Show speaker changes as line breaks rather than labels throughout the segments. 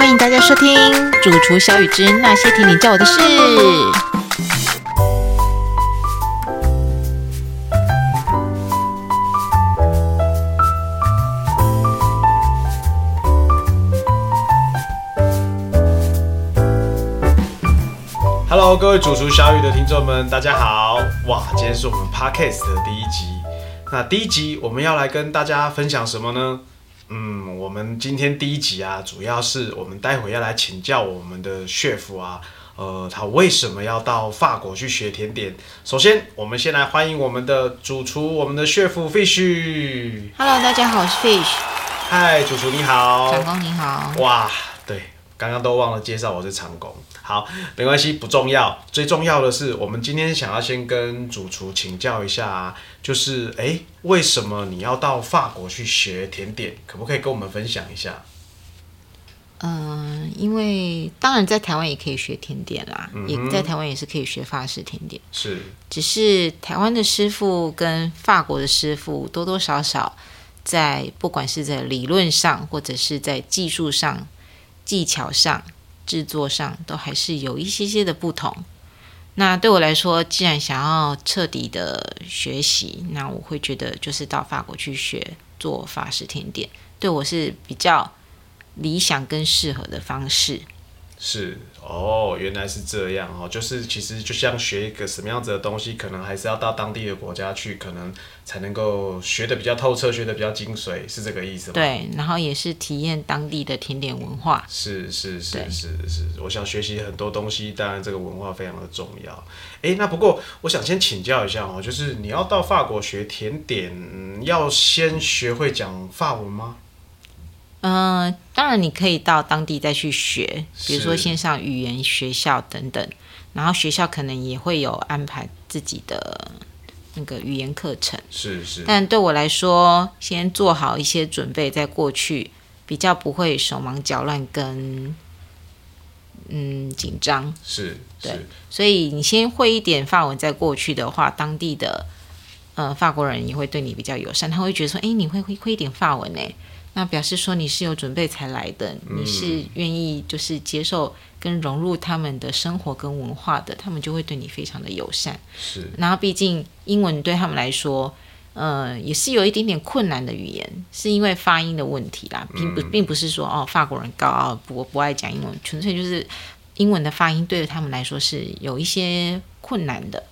迎大家收听《主厨小雨之那些天你教我的事》。
Hello，各位主厨小雨的听众们，大家好！哇，今天是我们 Podcast 的第一集。那第一集我们要来跟大家分享什么呢？嗯，我们今天第一集啊，主要是我们待会要来请教我们的 chef 啊，呃，他为什么要到法国去学甜点？首先，我们先来欢迎我们的主厨，我们的 chef Fish。
Hello，大家好，我是 Fish，
嗨，主厨你好。
长工你好。
哇，对，刚刚都忘了介绍我是长工。好，没关系，不重要。最重要的是，我们今天想要先跟主厨请教一下、啊，就是哎，诶为什么你要到法国去学甜点？可不可以跟我们分享一下？
嗯、因为当然在台湾也可以学甜点啦，
嗯哼
也在台湾也是可以学法式甜点，
是，
只是台湾的师傅跟法国的师傅多多少少在不管是在理论上，或者是在技术上、技巧上、制作上，都还是有一些些的不同。那对我来说，既然想要彻底的学习，那我会觉得就是到法国去学做法式甜点，对我是比较理想跟适合的方式。
是哦，原来是这样哦，就是其实就像学一个什么样子的东西，可能还是要到当地的国家去，可能才能够学的比较透彻，学的比较精髓，是这个意思吗？
对，然后也是体验当地的甜点文化。
是是是
对
是是，我想学习很多东西，当然这个文化非常的重要。诶，那不过我想先请教一下哦，就是你要到法国学甜点，嗯要先学会讲法文吗？
嗯、当然你可以到当地再去学，比如说
是
线上语言学校等等，然后学校可能也会有安排自己的那个语言课程。
是是
但对我来说，先做好一些准备再过去，比较不会手忙脚乱跟嗯紧张。
是是，
所以你先会一点法文再过去的话，当地的呃法国人也会对你比较友善，他会觉得说，诶，你会会会一点法文呢，欸那表示说你是有准备才来的，你是愿意就是接受跟融入他们的生活跟文化的，他们就会对你非常的友善。
是
然后毕竟英文对他们来说。呃，也是有一点点困难的语言，是因为发音的问题啦，
嗯
并不并不是说哦法国人高傲不不爱讲英文，纯粹就是英文的发音对于他们来说是有一些困难的，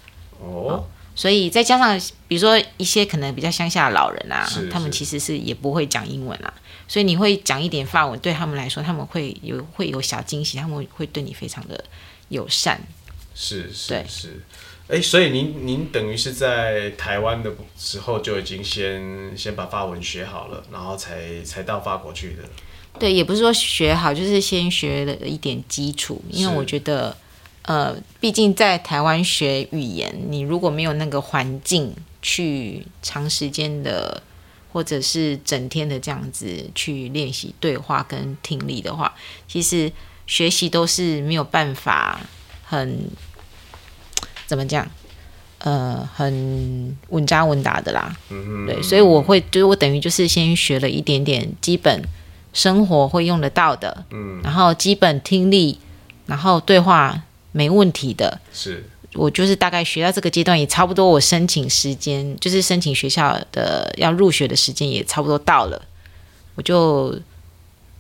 哦，
所以再加上比如说一些可能比较乡下的老人啊
是，
他们
是
其实是也不会讲英文啊，所以你会讲一点法文，对他们来说他们会有会有小惊喜，他们会对你非常的友善。
是是
对
是。诶，所以您您等于是在台湾的时候就已经先先把法文学好了，然后才才到法国去的。
对，也不是说学好，就是先学了一点基础，因为
是
我觉得，呃，毕竟在台湾学语言，你如果没有那个环境去长时间的，或者是整天的这样子去练习对话跟听力的话，其实学习都是没有办法很怎么讲，呃，很稳扎稳打的啦。
嗯
对，所以我会就是我等于就是先学了一点点基本生活会用得到的，嗯，然后基本听力，然后对话没问题的，
哼，是
我就是大概学到这个阶段也差不多，我申请时间就是申请学校的要入学的时间也差不多到了，我就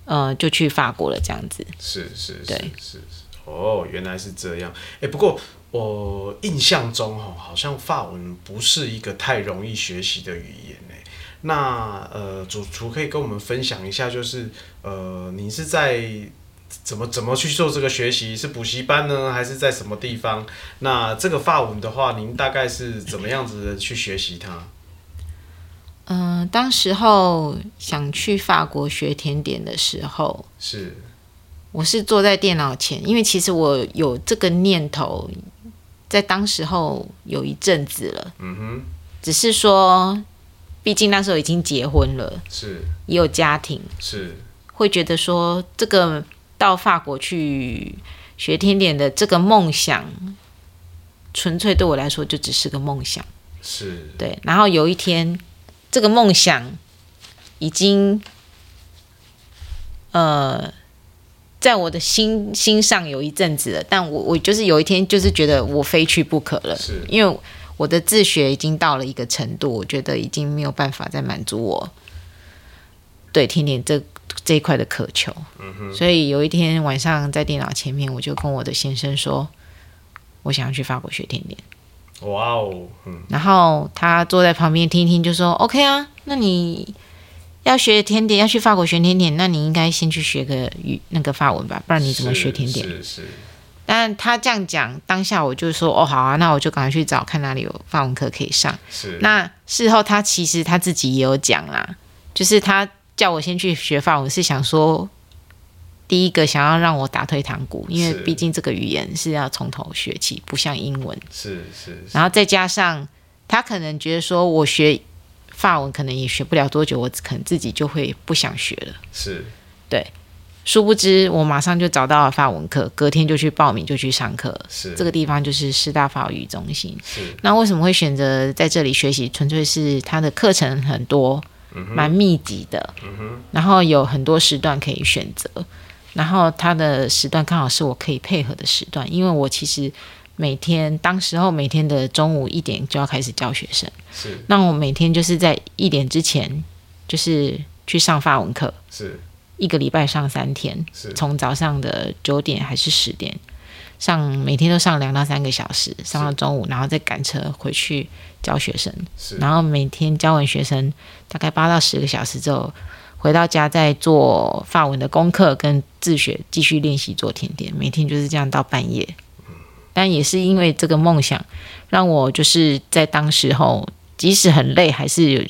呃就去法国了这样子。
是是是
对
是是哦，原来是这样。哎、不过我印象中哦，好像法文不是一个太容易学习的语言诶。那呃，主厨可以跟我们分享一下，就是呃，你是在怎么怎么去做这个学习？是补习班呢，还是在什么地方？那这个法文的话，您大概是怎么样子的去学习它？
嗯、当时候想去法国学甜点的时候，
是
我是坐在电脑前，因为其实我有这个念头，在当时候有一阵子了，
嗯哼，
只是说，毕竟那时候已经结婚了，
是
也有家庭，
是
会觉得说这个到法国去学甜点的这个梦想，纯粹对我来说就只是个梦想。
是
对，然后有一天，这个梦想已经呃在我的心心上有一阵子了，但我我就是有一天就是觉得我非去不可了，
是
因为我的自学已经到了一个程度，我觉得已经没有办法再满足我对甜点这这一块的渴求。所以有一天晚上在电脑前面，我就跟我的先生说，我想要去法国学甜点。
哇哦，嗯，
然后他坐在旁边听一听，就说：“OK 啊，那你要学甜点，要去法国学甜点，那你应该先去学个语那个法文吧，不然你怎么学甜点？”
是是，
但他这样讲，当下我就说：“哦，好啊，那我就赶快去找看哪里有法文课可以上。”
是
那事后他其实他自己也有讲啦，就是他叫我先去学法文，是想说第一个想要让我打退堂鼓，因为
是
毕竟这个语言是要从头学起，不像英文。
是是是
然后再加上他可能觉得说，我学法文可能也学不了多久，我可能自己就会不想学了。
是，
殊不知，我马上就找到了法文课，隔天就去报名，就去上课。
是
这个地方就是师大法语中心。
是
那为什么会选择在这里学习？纯粹是它的课程很多，蛮密集的，然后有很多时段可以选择，然后它的时段刚好是我可以配合的时段，因为我其实每天当时候每天的中午一点就要开始教学生，
是
那我每天就是在一点之前就是去上法文课，
是
一个礼拜上三天，
是
从早上的九点还是十点上，每天都上两到三个小时，上到中午，然后再赶车回去教学生，
是
然后每天教完学生大概八到十个小时之后，回到家再做法文的功课跟自学，继续练习做甜点，每天就是这样到半夜。但也是因为这个梦想，让我就是在当时候，即使很累，还是有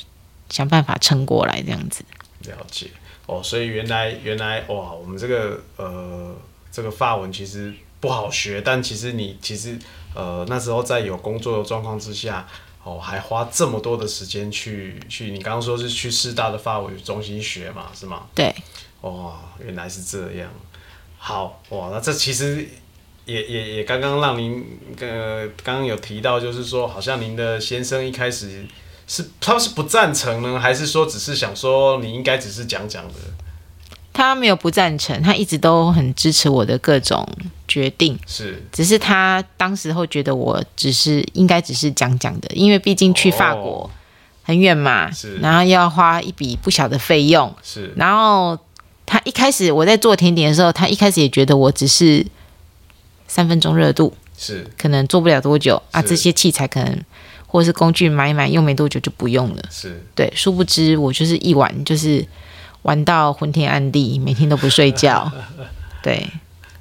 想办法撑过来这样子。
了解哦，所以原来原来哇，我们这个呃这个法文其实不好学，但其实你其实呃那时候在有工作的状况之下。哦，还花这么多的时间去去，你刚刚说是去师大的法文中心学嘛，是吗？
对，
哦，原来是这样。好哇，那这其实也也也刚刚让您呃刚刚有提到，就是说好像您的先生一开始是他是不赞成呢，还是说只是想说你应该只是讲讲的？
他没有不赞成，他一直都很支持我的各种决定，
是
只是他当时候觉得我只是应该只是讲讲的，因为毕竟去法国
哦
很远嘛
是，
然后又要花一笔不小的费用，
是
然后他一开始我在做甜点的时候，他一开始也觉得我只是三分钟热度，
是
可能做不了多久啊，
是
这些器材可能或是工具买一买，用没多久就不用了。
是
对，殊不知我就是一玩就是玩到昏天暗地，每天都不睡觉。对，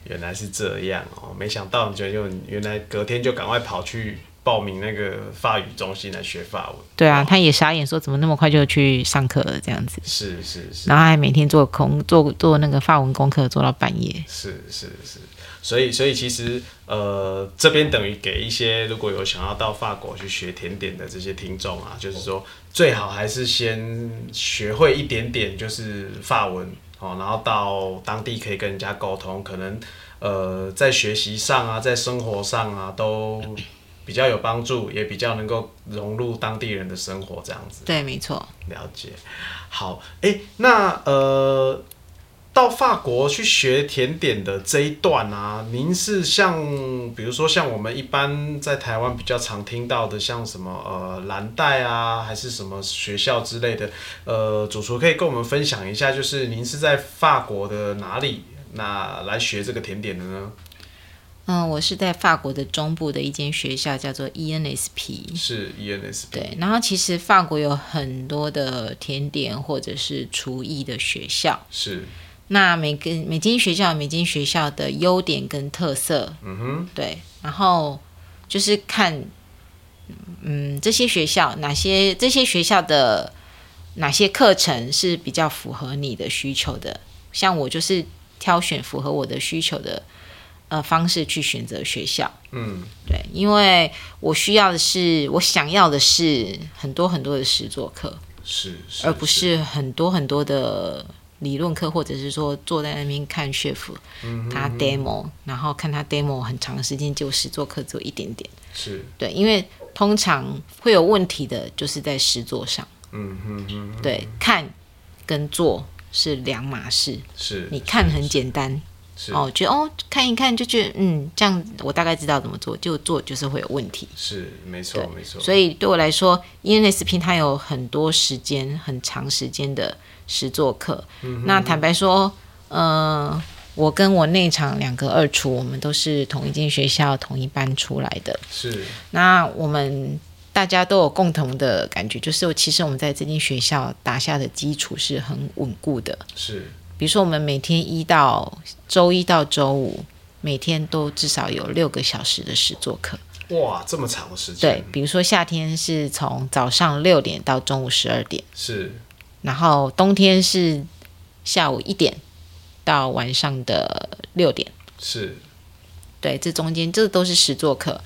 原来是这样哦，没想到你就就原来隔天就赶快跑去报名那个法语中心来学法文。
对啊，
哦
他也傻眼说怎么那么快就去上课了这样子，
是是是
然后还每天做空做做那个法文功课做到半夜。
是是是，所以所以其实呃，这边等于给一些如果有想要到法国去学甜点的这些听众啊，就是说最好还是先学会一点点就是法文哦，然后到当地可以跟人家沟通，可能呃在学习上啊，在生活上啊都比较有帮助，也比较能够融入当地人的生活这样子。
对，没错。
了解，好，诶，那呃，到法国去学甜点的这一段啊，您是像比如说像我们一般在台湾比较常听到的，像什么呃蓝带啊，还是什么学校之类的，呃，主厨可以跟我们分享一下，就是您是在法国的哪里那来学这个甜点的呢？
嗯，我是在法国的中部的一间学校，叫做 E ENSP。
是 E ENS
对，然后其实法国有很多的甜点或者是厨艺的学校，
是
那每个每间学校有每间学校的优点跟特色，嗯哼，对，然后就是看，嗯，这些学校哪些这些学校的哪些课程是比较符合你的需求的，像我就是挑选符合我的需求的呃方式去选择学校，
嗯
对，因为我需要的是我想要的是很多很多的实作课，
是是，
而不是很多很多的理论课，或者是说坐在那边看 chef
嗯
他 demo，、然后看他 demo 很长时间，就实作课只有一点点。
是
对，因为通常会有问题的，就是在实作上。
嗯哼哼
对，看跟做是两码事。
是
你看很简单，
是
哦，我觉得哦看一看就觉得嗯这样我大概知道怎么做，就做就是会有问题。
是，没错没错，
所以对我来说，ENSP ，E 它有很多时间、很长时间的实作课。那坦白说，呃，我跟我内场两个二厨，我们都是同一间学校、同一班出来的。
是
那我们大家都有共同的感觉，就是其实我们在这间学校打下的基础是很稳固的。
是
比如说，我们每天一到周一到周五，每天都至少有六个小时的实作课。
哇，这么长的时间
对，，比如说夏天是从早上六点到中午十二点，
是
然后冬天是下午一点到晚上的六点。
是
对，这中间这都是实作课，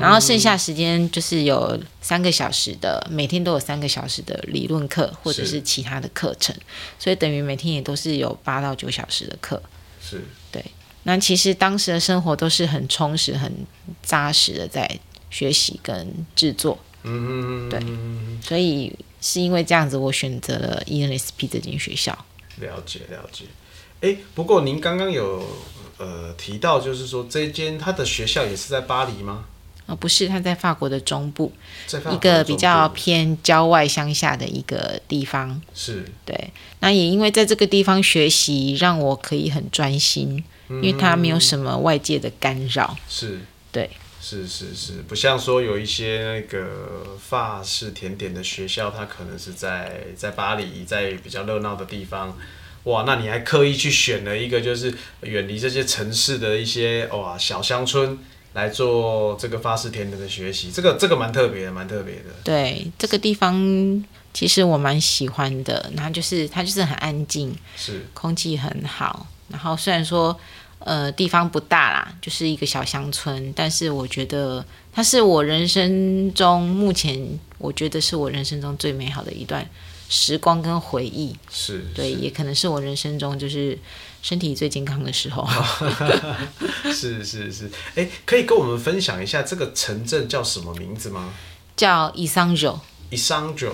然后剩下时间就是有三个小时的，每天都有三个小时的理论课或者
是
是其他的课程，所以等于每天也都是有八到九小时的课。
是
那其实当时的生活都是很充实、很扎实的在学习跟制作。
嗯，
对所以是因为这样子，我选择了 E ENSP 这间学校。
了解了解。哎，不过您刚刚有呃提到，就是说这间他的学校也是在巴黎吗？
啊，不是，它在法国的中部，
在法国
一个比较
中部
偏郊外乡下的一个地方。
是
对，那也因为在这个地方学习，让我可以很专心，
嗯
因为它没有什么外界的干扰。
是，
对，
是是是，不像说有一些那个法式甜点的学校，它可能是在在巴黎，在比较热闹的地方。哇，那你还刻意去选了一个就是远离这些城市的一些哇小乡村来做这个法式甜点的学习，这个这个蛮特别的，蛮特别的。
对，这个地方其实我蛮喜欢的，然后就是它就是很安静，
是
空气很好。然后虽然说呃地方不大啦，就是一个小乡村，但是我觉得它是我人生中目前我觉得是我人生中最美好的一段时光跟回忆。
是，
对，也可能是我人生中就是身体最健康的时 候。
是是是。哎、可以跟我们分享一下这个城镇叫什么名字吗
叫伊桑柔，
i s a n g o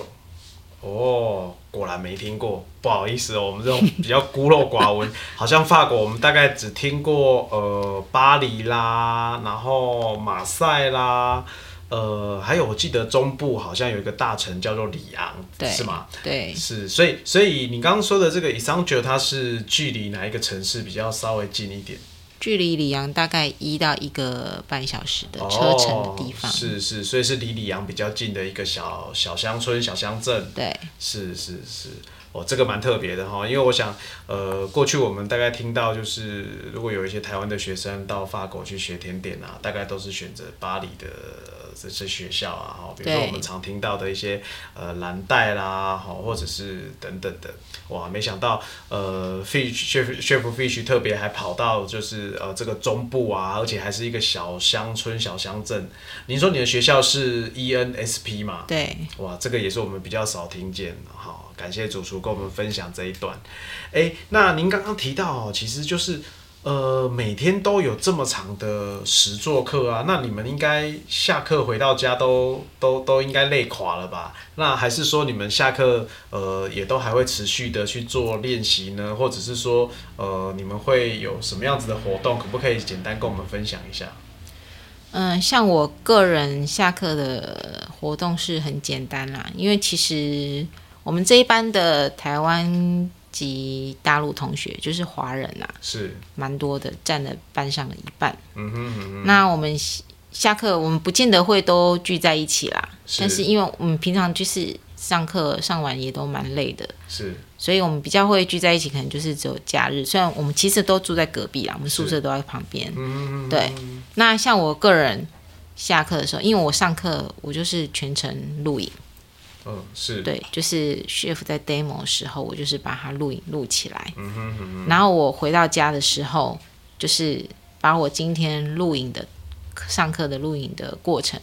哦，果然没听过，不好意思哦，我们这种比较孤陋寡闻，好像法国我们大概只听过呃巴黎啦，然后马赛啦，呃，还有我记得中部好像有一个大城叫做里昂，
对
是吗？
对，
是，所以所以你刚刚说的这个 i s a n g o 它是距离哪一个城市比较稍微近一点？
距离里昂大概一到一个半小时的车程的地方。
哦、是是，所以是离里昂比较近的一个小小乡村、小乡镇。
对，
是是是，哦，这个蛮特别的哈，因为我想，呃，过去我们大概听到就是，如果有一些台湾的学生到法国去学甜点啊，大概都是选择巴黎的呃这些学校啊，哈，比如说
对
我们常听到的一些呃蓝带啦，哈，或者是等等的，哇，没想到呃，Fish Chef Chef Fish 特别还跑到就是呃这个中部啊，而且还是一个小乡村、小乡镇。您说你的学校是 E ENSP 嘛？
对，
哇，这个也是我们比较少听见的。好，感谢主厨跟我们分享这一段。哎，那您刚刚提到，哦，其实就是呃，每天都有这么长的实作课啊，那你们应该下课回到家都都都应该累垮了吧？那还是说你们下课呃也都还会持续的去做练习呢？或者是说呃你们会有什么样子的活动？可不可以简单跟我们分享一下？
嗯、像我个人下课的活动是很简单啦，因为其实我们这一班的台湾及大陆同学，就是华人啊，
是，
蛮多的，占了班上的一半。
嗯哼嗯
那我们下下课，我们不见得会都聚在一起啦，
是
但是因为我们平常就是上课上完也都蛮累的，
哼，是
所以我们比较会聚在一起，可能就是只有假日。虽然我们其实都住在隔壁啦，我们宿舍都在旁边。
嗯
对，那像我个人下课的时候，因为我上课我就是全程录影，
嗯是，
对，就是 chef 在 demo 的时候，我就是把它录影录起来。然后我回到家的时候，就是把我今天录影的上课的录影的过程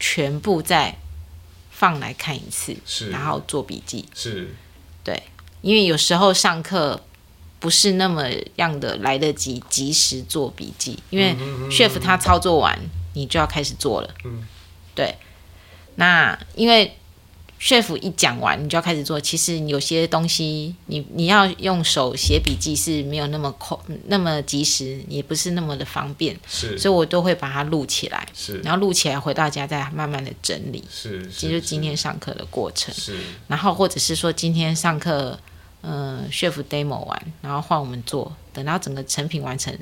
全部再放来看一次，
是
然后做笔记。
是。
因为有时候上课不是那么样的来得及及时做笔记，因为 chef 他操作完，你就要开始做了。嗯，对。那因为 chef 一讲完，你就要开始做。其实有些东西你，你要用手写笔记是没有那么快、那么及时，也不是那么的方便，
是
所以我都会把它录起来，
是
然后录起来回到家再慢慢的整理，
是，
这就是今天上课的过程。
是
然后或者是说今天上课，嗯、呃、，chef demo 完，然后换我们做，等到整个成品完成，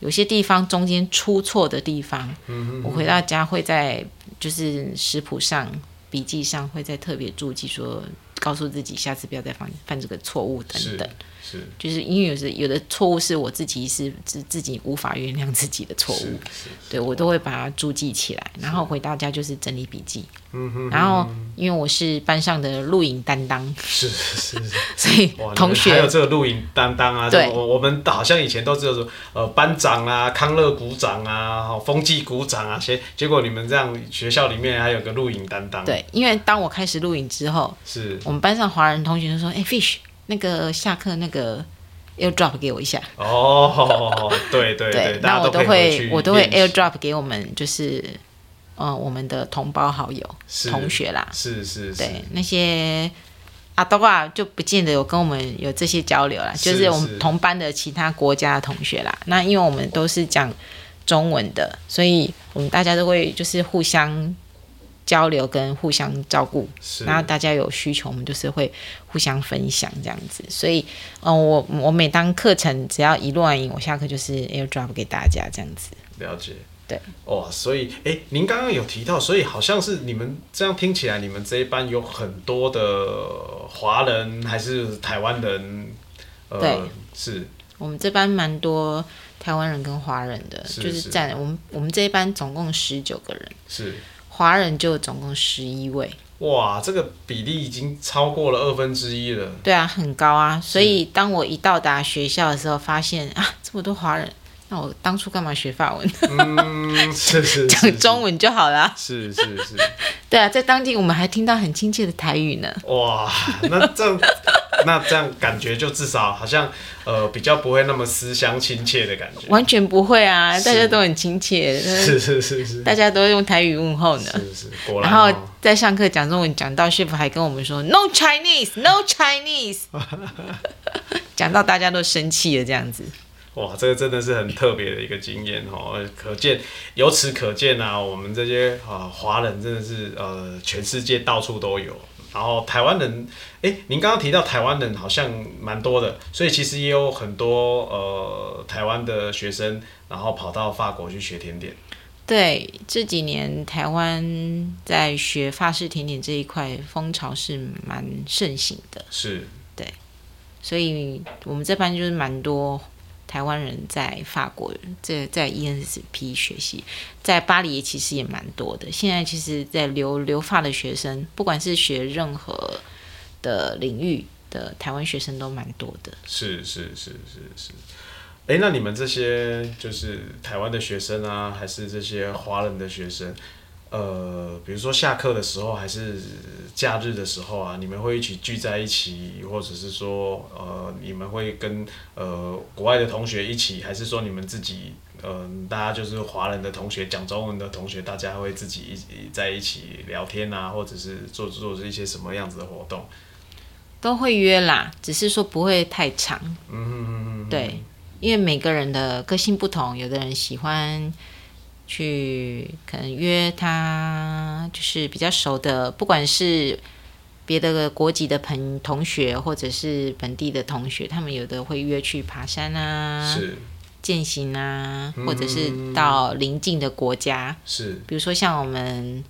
有些地方中间出错的地方，
嗯
我回到家会在就是食谱上、笔记上会再特别注记说。告诉自己下次不要再犯犯这个错误等
是
等，
是
就是因为有时有的错误是我自己是自自己无法原谅自己的错误
是，
对我都会把它注记起来，然后回到家就是整理笔记。
嗯哼，
然后因为我是班上的录影担当，
是是 是。
所以
哇，你
同
们还有
学
这个录影担当啊，
对
这我我们好像以前都只有说，呃，班长啊、康乐股长啊、哦风纪股长啊，结结果你们这样学校里面还有个录影担当，，
对，因为当我开始录影之后，
是
我们班上华人同学就说：“哎、f i s h 那个下课那个 AirDrop 给我一下。
哦，对对
对，
大
那
家
我
可
都
以回去
会我都会
练习
AirDrop 给我们就是呃我们的同胞好友
是
同学啦，
是是是，
对那些。阿多啊，就不见得有跟我们有这些交流啦，就是是我们
是
同班的其他国家的同学啦。那因为我们都是讲中文的，所以我们大家都会就是互相交流跟互相照顾。
是
然后大家有需求，我们就是会互相分享这样子。所以，嗯、我我每当课程只要一录完影，我下课就是 airdrop 给大家这样子。
了解。
对，
哇，所以，哎、您刚刚有提到，所以好像是你们这样听起来，你们这一班有很多的华人还是台湾人，
对
呃，是
我们这班蛮多台湾人跟华人的，
是
就是
是
占我们我们这一班总共十九个人，
是，
华人就总共十一位。
嗯哇，这个比例已经超过了二分之一了，
对啊，很高啊。所以当我一到达学校的时候，发现啊，这么多华人，那我当初干嘛学法文，
嗯，是是是
讲中文就好啦。
是是是，
对啊，在当地我们还听到很亲切的台语呢。
哇，那这样，那这样感觉就至少好像，呃，比较不会那么思乡亲切的感觉，
完全不会啊，
是
大家都很亲切，
是是是是
大家都用台语问候呢。
是是，果
然
然、
后
哦。
在上课讲中文讲到，师傅还跟我们说 “No Chinese, No Chinese”，讲到大家都生气了这样子。
哇，这个真的是很特别的一个经验哦，可见，由此可见啊，我们这些啊华、人真的是呃全世界到处都有。然后台湾人，哎、您刚刚提到台湾人好像蛮多的，所以其实也有很多呃台湾的学生，然后跑到法国去学甜点。
对，这几年台湾在学法式甜点这一块风潮是蛮盛行的，
是
所以我们这班就是蛮多台湾人在法国，在在 ENSP 学习，在巴黎其实也蛮多的。现在其实，在留留法的学生，不管是学任何的领域的台湾学生都蛮多的。
是是是是是。哎、那你们这些就是台湾的学生啊，还是这些华人的学生，呃，比如说下课的时候，还是假日的时候啊，你们会一起聚在一起，或者是说，呃，你们会跟呃国外的同学一起，还是说你们自己，呃，大家就是华人的同学，讲中文的同学，大家会自己一起在一起聊天啊，或者是做做一些什么样子的活动？
都会约啦，只是说不会太长。嗯，对，因为每个人的个性不同，有的人喜欢去可能约他就是比较熟的，不管是别的国籍的朋同学，或者是本地的同学，他们有的会约去爬山啊、
是
践行啊，或者是到邻近的国家，
是，
比如说像我们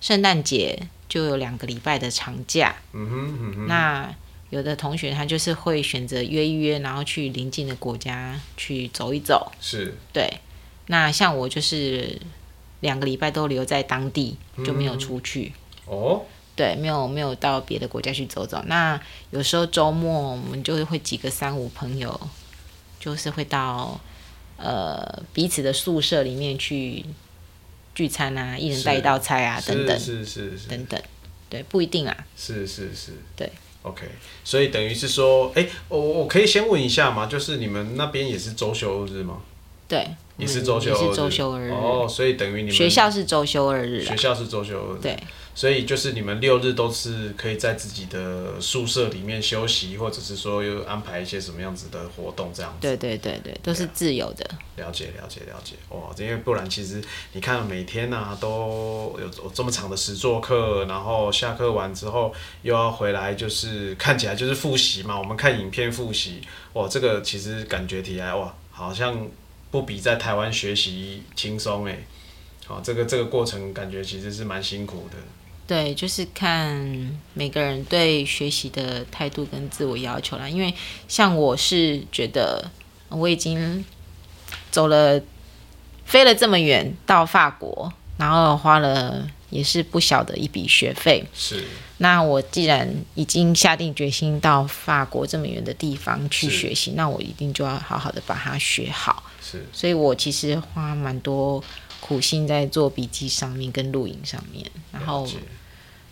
圣诞节就有两个礼拜的长假。
嗯哼嗯哼。
那有的同学他就是会选择约一约，然后去邻近的国家去走一走。
是
对，那像我就是两个礼拜都留在当地，就没有出去。
哦，
对，没有没有到别的国家去走走。那有时候周末我们就会几个三五朋友，就是会到呃彼此的宿舍里面去聚餐啊，一人带一道菜啊，等等
是是是
等等。对，不一定啊。
是是是，
对
，OK，所以等于是说，哎、我我可以先问一下嘛，就是你们那边也是周休日吗？
对，我
也是
们
周休
嗯也
二
是
日
周休二日。
哦，所以等于你们
学校是周休二日啦啊
学，校是周休二日，
对，
所以就是你们六日都是可以在自己的宿舍里面休息，或者是说又安排一些什么样子的活动这样子。
对对对对，都是自由的。
了解了解了解，哇，因为不然其实你看每天啊都有有这么长的实作课，然后下课完之后又要回来，就是看起来就是复习嘛，我们看影片复习，哇，这个其实感觉起来哇，好像不比在台湾学习轻松诶。好，这个这个过程感觉其实是蛮辛苦的。
对，就是看每个人对学习的态度跟自我要求啦。因为像我是觉得呃我已经走了飞了这么远到法国，然后花了也是不小的一笔学费。
是
那我既然已经下定决心到法国这么远的地方去
是
学习，那我一定就要好好的把它学好。
是，
所以我其实花蛮多苦心在做笔记上面跟录影上面，然后
了解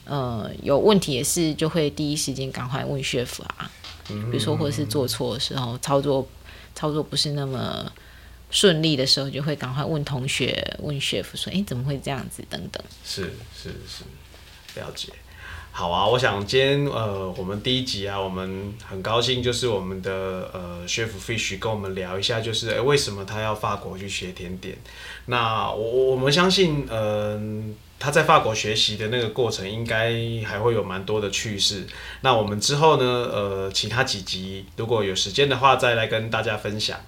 呃有问题也是就会第一时间赶快问学府啊，
嗯
比如说或者是做错的时候，操作操作不是那么顺利的时候，就会赶快问同学问学府说，诶，怎么会这样子等等。
是是是，了解。好啊，我想今天呃，我们第一集啊，我们很高兴，就是我们的呃 Chef Fish 跟我们聊一下，就是诶、为什么他要法国去学甜点？那我我我们相信，嗯、他在法国学习的那个过程，应该还会有蛮多的趣事。那我们之后呢，呃，其他几集如果有时间的话，再来跟大家分享。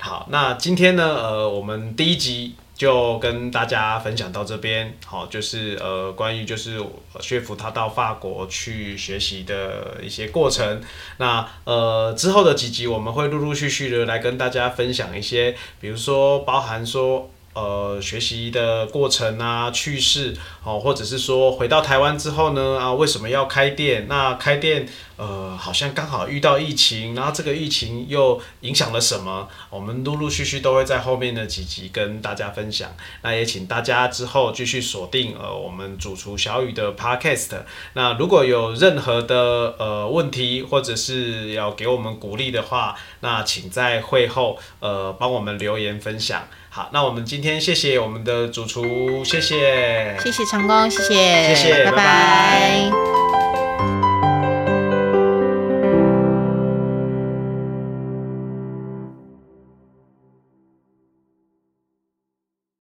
好，那今天呢，呃，我们第一集就跟大家分享到这边。好，就是呃，关于就是呃薛福他到法国去学习的一些过程。那呃，之后的几集我们会陆陆续续的来跟大家分享一些，比如说包含说。呃，学习的过程啊，趣事哦，或者是说回到台湾之后呢，啊，为什么要开店？那开店呃，好像刚好遇到疫情，然后这个疫情又影响了什么？我们陆陆续续都会在后面的几集跟大家分享。那也请大家之后继续锁定呃我们主厨小雨的 Podcast。那如果有任何的呃问题或者是要给我们鼓励的话，那请在会后呃帮我们留言分享。好，那我们今天谢谢我们的主厨，谢谢。
谢谢长工，谢谢，
谢谢拜拜
拜